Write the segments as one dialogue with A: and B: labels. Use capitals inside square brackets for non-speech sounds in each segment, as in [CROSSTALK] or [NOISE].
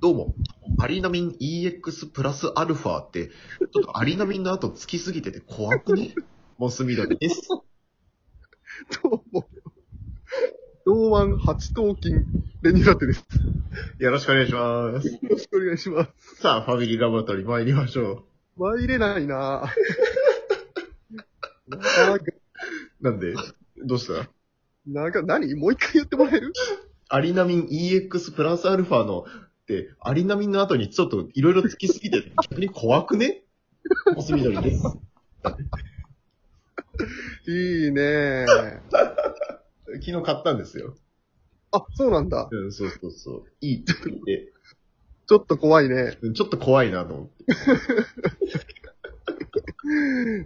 A: どうも、アリナミン EX プラスアルファって、ちょっとアリナミンの後つきすぎてて怖く [LAUGHS] ねモス緑です。
B: どうも。同腕八頭筋、レニラテです。
A: よろしくお願いします。
B: よろしくお願いします。
A: さあ、ファミリーラボラトリー参りましょ
B: 参れないなぁ。なん
A: う。
B: か
A: なんで、どうした
B: なんか、何もう一回言ってもらえる
A: アリナミン EX プラスアルファの、って、アリナミンの後にちょっといろいろつきすぎてて逆に怖くねモス緑です。
B: いいね
A: 昨日買ったんですよ。
B: あ、そうなんだ。
A: うん、そうそうそう。いいって言って。
B: ちょっと怖いね。
A: うんちょっと怖いなと思って。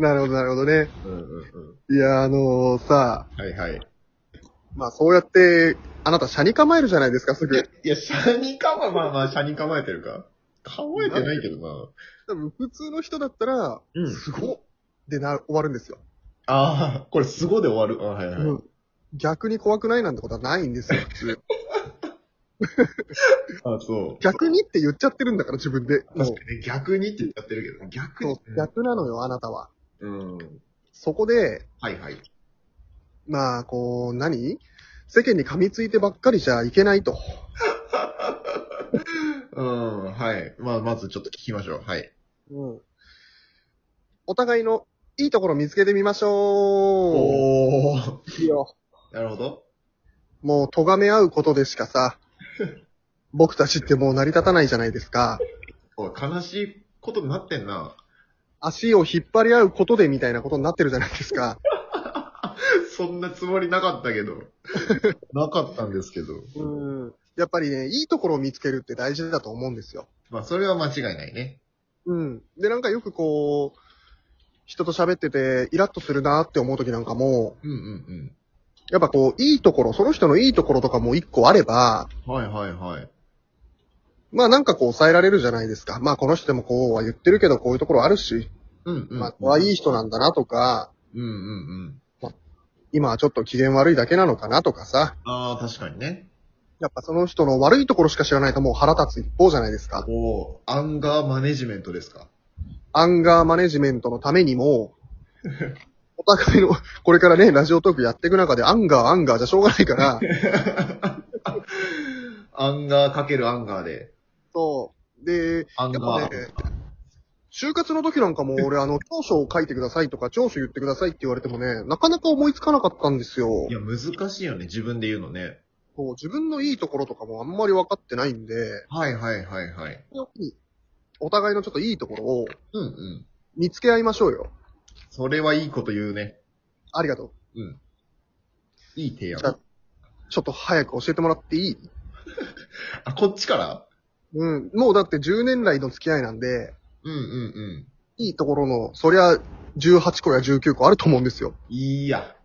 B: なるほど、なるほどね。
A: うんうんうん。
B: いや、あのー、さ
A: はいはい。
B: まあそうやって、あなた、車に構えるじゃないですか、す
A: いや
B: ぐ。、
A: いや、車に構え、まあまあ、車に構えてるか。構えてないけどな。
B: 多分、普通の人だったら、
A: うん
B: すごっでな、終わるんですよ。
A: ああ、これ、すごで終わる。あはいはい。
B: うん。逆に怖くないなんてことはないんですよ、普通。
A: [LAUGHS] あそう。
B: 逆にって言っちゃってるんだから、自分で。も
A: 確
B: う
A: かに、逆にって言っちゃってるけど、逆
B: そう
A: に。
B: 逆なのよ、あなたは。
A: うん。
B: そこで、
A: はいはい。
B: まあ、こう、何世間に噛みついてばっかりじゃいけないと。
A: うん、はい。まあ、まずちょっと聞きましょう。はい。
B: うん。お互いのいいところ見つけてみましょう。
A: おー。
B: いいよ。
A: なるほど。
B: もう、咎め合うことでしか [LAUGHS] さ、僕たちってもう成り立たないじゃないですか。
A: おい悲しいことになってんな。 [LAUGHS]
B: 足を引っ張り合うことでみたいなことになってるじゃないですか。
A: そんなつもりなかったけ
B: [LAUGHS]
A: ど。なかったんですけど。
B: うん。やっぱりね、いいところを見つけるって大事だと思うんですよ。
A: まあ、それは間違いないね。
B: うん。で、なんかよくこう、人と喋ってて、イラッとするなって思う時なんかも、
A: うんうん
B: やっぱこう、いいところ、その人のいいところとかも一個あれば、
A: うん。はいはいはい。
B: まあなんかこう抑えられるじゃないですか。まあこの人でもこうは言ってるけどこういうところあるし、
A: うんうん。
B: まあここはい
A: い。
B: い人なんだなとか、
A: うんうんうん。
B: 今はちょっと機嫌悪いだけなのかなとかさ、
A: ああ、確かにね。
B: やっぱその人の悪いところしか知らないともう腹立つ一方じゃないですか。
A: こう、アンガーマネジメントですか。
B: アンガーマネジメントのために
A: [LAUGHS]
B: も、お互いの、これからね、ラジオトークやっていく中でアンガーアンガーじゃしょうがないから、
A: アンガーかけるアンガーで。
B: そう。で、
A: アンガー
B: やっ。ぱね就活の時なん
A: [LAUGHS]
B: かも俺、あの、長所を書いてくださいとか、長所言ってくださいって言われてもね、なかなか思いつかなかったんですよ。
A: いや、難しいよね、自分で言うのね。
B: そう自分のいいところとかもあんまり分かってないんで、
A: はいはいはいはい。
B: お互いのちょっといいところを
A: うんうん。
B: 見つけ合いましょうよ。
A: それはいいこと言うね。
B: ありがとう。
A: いい提
B: じゃ
A: 案。
B: ちょっと早く教えてもらっていい
A: あ、こっちから
B: うん。もうだって10年来の付き合いなんで、
A: うんうん
B: いいところの、そりゃ、18個や19個あると思うんですよ。
A: うん。いいや。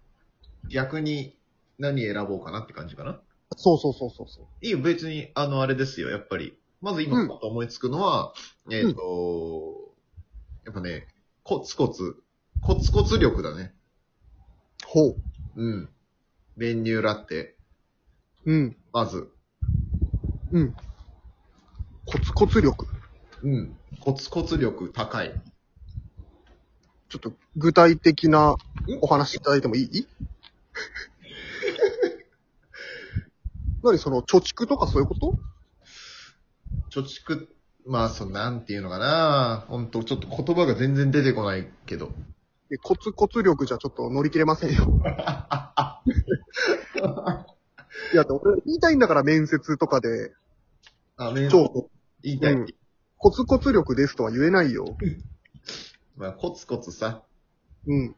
A: 逆に、何選ぼうかなって感じかな。
B: そうそうそうそうそう。
A: いいよ、別に、あの、あれですよ、やっぱり。まず
B: う
A: 今、
B: ん
A: パッと思いつくのは、えっ、と、やっぱね、コツコツ、コツコツ力だね。
B: ほう。
A: うん。練乳ラテ、
B: うん。
A: まず。
B: うん。コツコツ力。
A: うん。コツコツ力高い。
B: ちょっと具体的なお話いただいても
A: [LAUGHS]
B: いい何その貯蓄とかそういうこと
A: 貯蓄、まあ、その、なんていうのかなほんと、ちょっと言葉が全然出てこないけど。 [LAUGHS]
B: えコツコツ力じゃちょっと乗り切れませんよ。いや、でも俺言いたいんだから面接とかで、
A: あ、ね、
B: そう、
A: 言いたい。
B: うんコツコツ力ですとは言えないよ。
A: まあ、コツコツさ。
B: うん。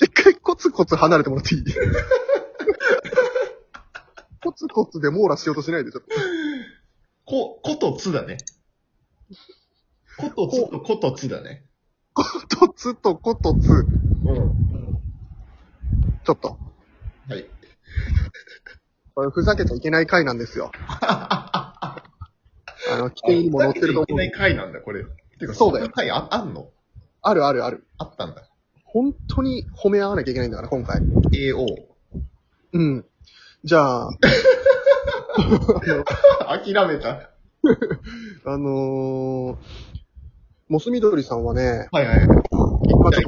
B: 一回コツコツ離れても
A: [LAUGHS]
B: らっていいコツコツで網羅しようとしないで、ちょっと。
A: こ、ことつだね。ことつとことつだね。
B: コツとコツとツ。
A: うん。
B: ちょっと。
A: [LAUGHS] はい。
B: これふざけちゃいけない回なんですよ。あの、規定にも載ってると
A: いけ
B: 思
A: な
B: う
A: い。回なんだ、これ。てか、
B: そうだよ
A: んな回ああんの
B: あるあるある。
A: あったんだ。
B: 本当に褒め合わなきゃいけないんだから、今回。
A: AO。
B: うん。じゃあ、
A: [LAUGHS] 諦めた。
B: あのー、モスミドリさんはね、
A: はいはい。
B: まあちょっと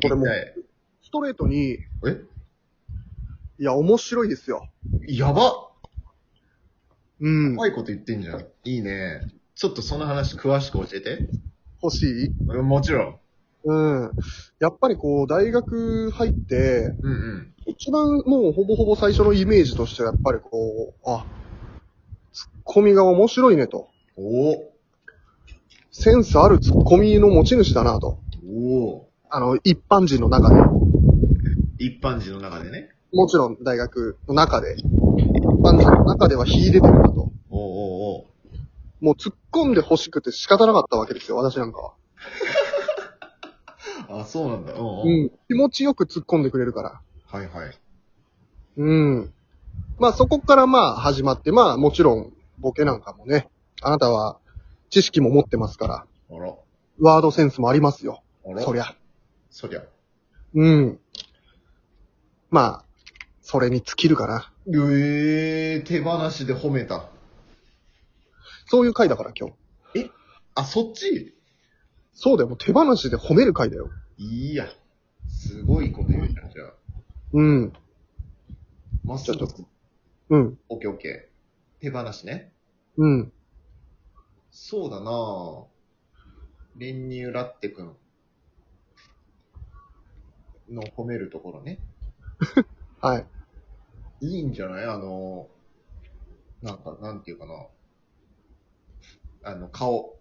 B: これも
A: 聞きたい
B: ストレートに、
A: え
B: いや、面白いですよ。
A: やば
B: うん。
A: 怖いこと言ってんじゃん。いいね。ちょっとその話詳しく教えて。
B: 欲しい
A: うんもちろん。
B: うん。やっぱりこう、大学入って、
A: うんうん。
B: 一番もうほぼほぼ最初のイメージとしてはやっぱりこう、あ、ツッコミが面白いねと。
A: おお
B: センスあるツッコミの持ち主だなと。
A: おお
B: あの、一般人の中で。
A: 一般人の中でね。
B: もちろん大学の中で。一般人の中では秀でてるなと。
A: おおおう
B: もう突っ込んで欲しくて仕方なかったわけですよ、私なんかは。
A: おうあ、そうなんだ。うんうん。
B: うん。気持ちよく突っ込んでくれるから。
A: はいはい。
B: うん。まあそこからまあ始まって、まあもちろんボケなんかもね、あなたは知識も持ってますから、
A: あら。
B: ワードセンスもありますよ。
A: あら。
B: そり
A: ゃ。
B: ゃ。
A: そりゃ。
B: うん。まあ、それに尽きるかな。
A: ええー、手放しで褒めた。
B: そういう回だから今日。
A: あ、そっち
B: そうだよ、もう手放しで褒める回だよ。
A: いいや。すごいこと言うじゃん、じゃあ。
B: うん。
A: まっすぐ
B: ちょっ。うん。
A: オッケーオッケー。手放しね。
B: うん。
A: そうだなぁ。練乳ラッテくんの褒めるところね。
B: はい。
A: いいんじゃないあの、なんか、なんていうかな。あの、
B: [LAUGHS]
A: 顔。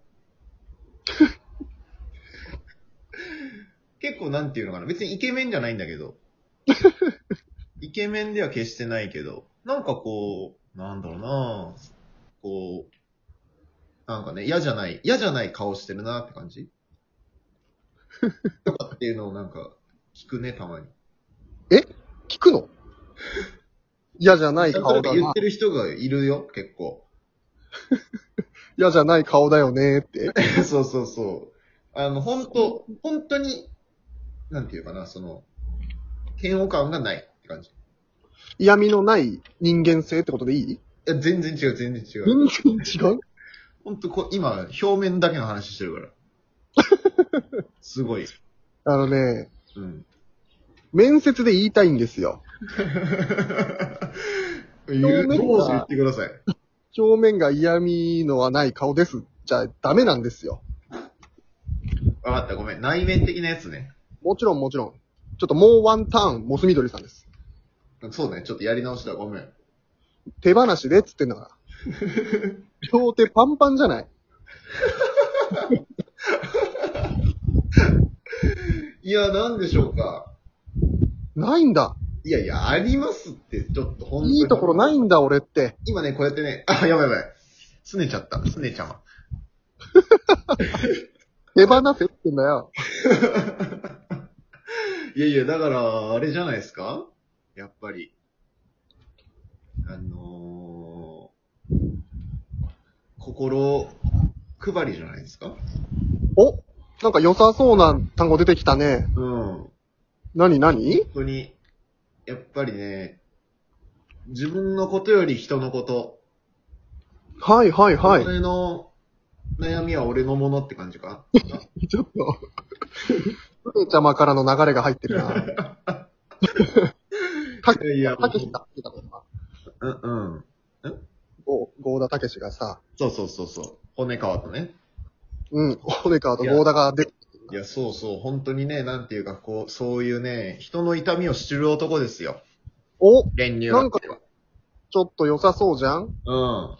A: 結構なんていうのかな。別にイケメンじゃないんだけ
B: [LAUGHS]
A: ど。イケメンでは決してないけど。なんかこう、なんだろうなこう、なんかね、嫌じゃない、嫌じゃない顔してるなって感じ
B: [LAUGHS]
A: とかっていうのをなんか、聞くね、たまに。
B: 聞
A: [LAUGHS]
B: くの嫌じゃない
A: そ
B: 顔
A: れ
B: だ
A: 言っ
B: な。
A: てる人がいるよ、結構。
B: 嫌じゃない顔だよねって。 [LAUGHS]
A: [LAUGHS] そうそうそう。あの、本当本当に、なんていうかな、その、嫌悪感がないって感じ。い
B: 嫌味のない人間性ってことでいい
A: や、全然違う、全然違う。
B: 全然違う
A: 本当こ今、表面だけの話してるから。
B: [LAUGHS]
A: すごい。
B: [LAUGHS] あのね、 [LAUGHS]
A: うん。
B: 面接で言いたいんですよ。
A: 言う、
B: 表面が
A: どうぞ言ってください。
B: 表面が嫌味のはない顔です。じゃあダメなんですよ。
A: わかった、ごめん。内面的なやつね。
B: もちろんもちろん。ちょっともうワンターン、モスミドリさんです。
A: そうね、ちょっとやり直した、ごめん。
B: 手放しでっつってんだから。
A: [LAUGHS]
B: 両手パンパンじゃない。
A: いや、なんでしょうか。
B: ないんだ。
A: いやいや、ありますって、ちょっと本当に。
B: いいところないんだ、俺って。
A: 今ね、こうやってね、あ、やばいやばい。すねちゃった、すねちゃま。
B: 手放せって言うんだよ。
A: いやいや、だから、あれじゃないですかやっぱり。あのー、心配りじゃないですか
B: おなんか良さそうな単語出てきたね。
A: うん。本
B: なになに
A: 当に、やっぱりね、自分のことより人のこと。
B: はいはいはい。
A: 俺の悩みは俺のものって感じか
B: [LAUGHS] ちょっと、ふれちゃまからの流れが入ってる [LAUGHS] な。た
A: いやいや、
B: たけしだってたのか
A: うんうん。
B: ゴーゴーダたけしがさ、そう
A: そうそうそう。骨川とね。
B: うん、骨川とゴーダがで、
A: いや、そうそう。本当にね、なんていうか、こう、そういうね、人の痛みを知る男ですよ。
B: おち
A: 練乳
B: なんかょっと良さそうじゃん
A: うん。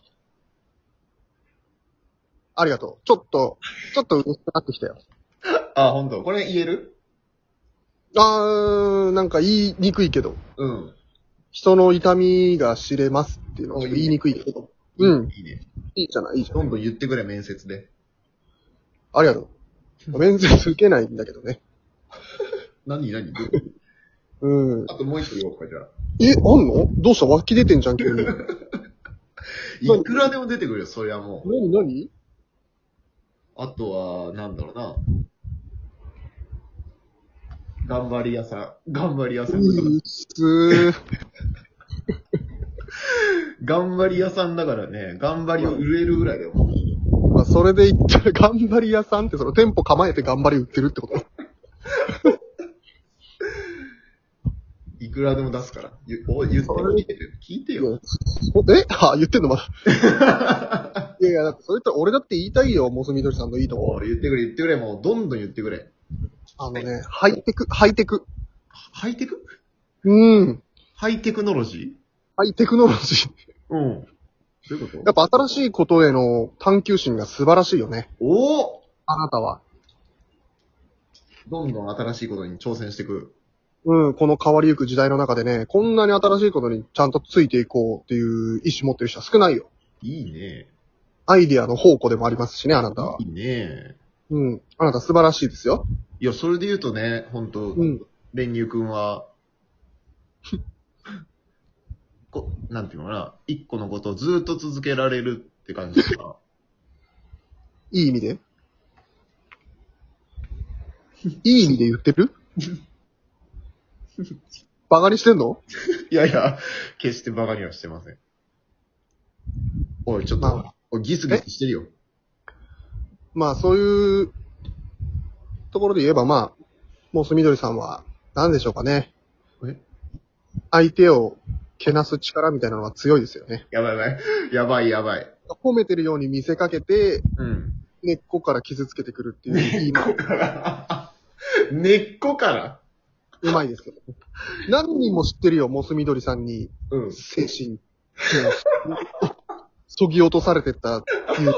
B: ありがとう。ちょっと、ちょっと嬉しくなってきたよ。
A: あ、本当これ言える
B: あー、なんか言いにくいけど、
A: うん。
B: 人の痛みが知れますっていうのはちょっと言いにくいけど、うん
A: いいね。
B: いいじゃない、いいじゃ
A: ど
B: ない。
A: んどん言ってくれ、面接で。
B: ありがとう。面接受けないんだけどね。
A: 何何
B: [LAUGHS] うん。
A: あともう一個言おうか、じゃあ。
B: え、あんのどうした湧き出てんじゃん、急 [LAUGHS] に。何
A: いくらでも出てくるよ、そりゃもう。
B: 何何
A: あとは、なんだろうな。頑張り屋さん。頑張り屋さん。
B: うっすー。
A: 頑張り屋さんだからね、頑張りを売れるぐらいだよ。
B: まあ、それで言ったら、頑張り屋さんって、その店舗構えて頑張り売ってるってこと。
A: いくらでも出すから。ゆお言って聞いてる。聞いてよ。
B: え [LAUGHS] あ、言ってんのまだ。 [LAUGHS] いやいや、だってそれって俺だって言いたいよ、モスみどりさんのいいとこ。
A: おい言ってくれ、言ってくれ。もう、どんどん言ってくれ。
B: あのね、ハイテク、ハイテク。
A: ハイテク
B: うん。
A: ハイテクノロジ
B: ハイテクノロジー。
A: ーうん。どういうこと
B: やっぱ新しいことへの探求心が素晴らしいよね。
A: おお
B: あなたは。
A: どんどん新しいことに挑戦してく。
B: うん、この変わりゆく時代の中でね、こんなに新しいことにちゃんとついていこうっていう意思持ってる人は少ないよ。
A: いいね。
B: アイディアの宝庫でもありますしね、あなたは。
A: いいね。
B: うん。あなた素晴らしいですよ。
A: いや、それで言うとね、本当
B: うん。
A: 練乳くんは、 [LAUGHS] こなんていうのかな、一個のことをずっと続けられるって感じか
B: いい意味で。いい意味で言っ
A: [LAUGHS]
B: てるバカにしてんの
A: な。 [LAUGHS] いやいや、決してバカにはしてません。おい、ちょっと、
B: ま
A: おいギスギスしてるよ。
B: まあそういうところで言えばまあ、モスみどりさんは何でしょうかね。
A: え
B: 相手をけなす力みたいなのは強いですよね。
A: やばいやばい。やばいやばい。
B: 褒めてるように見せかけて、
A: [LAUGHS] うん。
B: 根っこから傷つけてくるっていう、いいな、
A: 根っこから。根っこから。
B: うまいですよ、ね。何人も知ってるよ、モスみどりさんに
A: うん。
B: 精神、そぎ落とされてったっていう。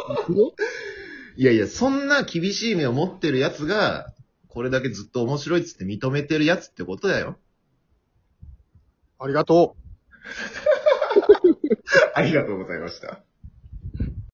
A: いやいや、そんな厳しい目を持ってるやつが、これだけずっと面白いっつって認めてるやつってことだ [LAUGHS] よ。
B: ありがとう。
A: ありがとうございました。